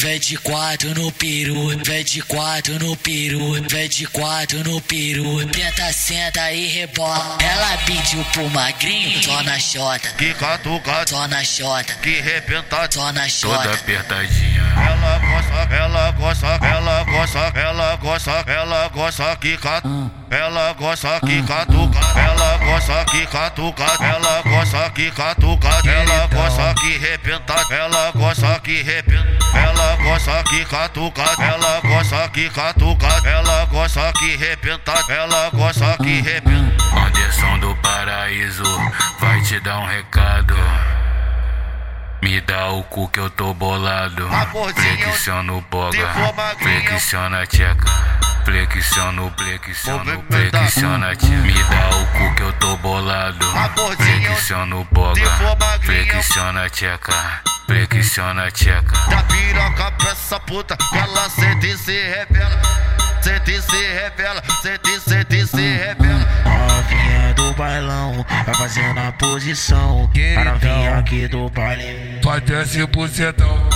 vem de quatro no peru, vem de quatro no peru, vem de quatro no peru. Tenta, senta e rebola. Ela pediu pro magrinho, só na chota, que catuca, só na chota, que repenta, só na toda chota. apertadinha. Ela gosta, ela gosta, ela gosta, ela gosta, ela gosta que catuca. Ela gosta que catuca, ela gosta que catuca, ela gosta que catuca, ela gosta que repenta, ela gosta que repenta, ela gosta que catuca, ela gosta que catuca, ela gosta que repenta, ela gosta que repenta. Anderson do paraíso vai te dar um recado. Me dá o cu que eu tô bolado. Amorzinho, Flexiona o boga. se for magrinho. Flexiona a tcheca. Flexiona o flexiona o Movimenta. flexiona a tcheca. Me dá o cu que eu tô bolado. Amorzinho, Flexiona o boga. se for magrinho. Flexiona a tcheca. Flexiona a tcheca. Da piroca pra essa puta, ela sente e se revela. Sente e se revela, sente, e- sente e se revela. Novinha do bailão, vai fazendo a posição. A novinha aqui do baile. Vai desce bucetão,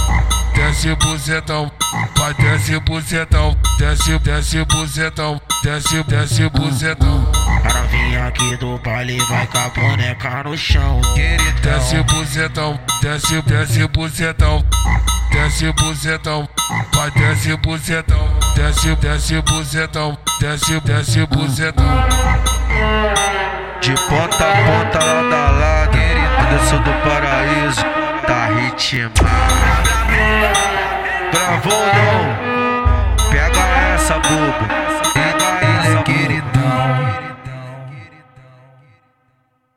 desce bucetão, vai desce bucetão, desce, desce bucetão, desce, desce bucetão, A novinha aqui do baile vai com a boneca no chão. desce bucetão, desce, desce bucetão, desce bucetão, vai desce bucetão, desce, desce bucetão, desce, desce bucetão. De ponta a ponta lá da lá, querido sul do paraíso, tá ritmado. Gravou ou não? Pega essa, bobo.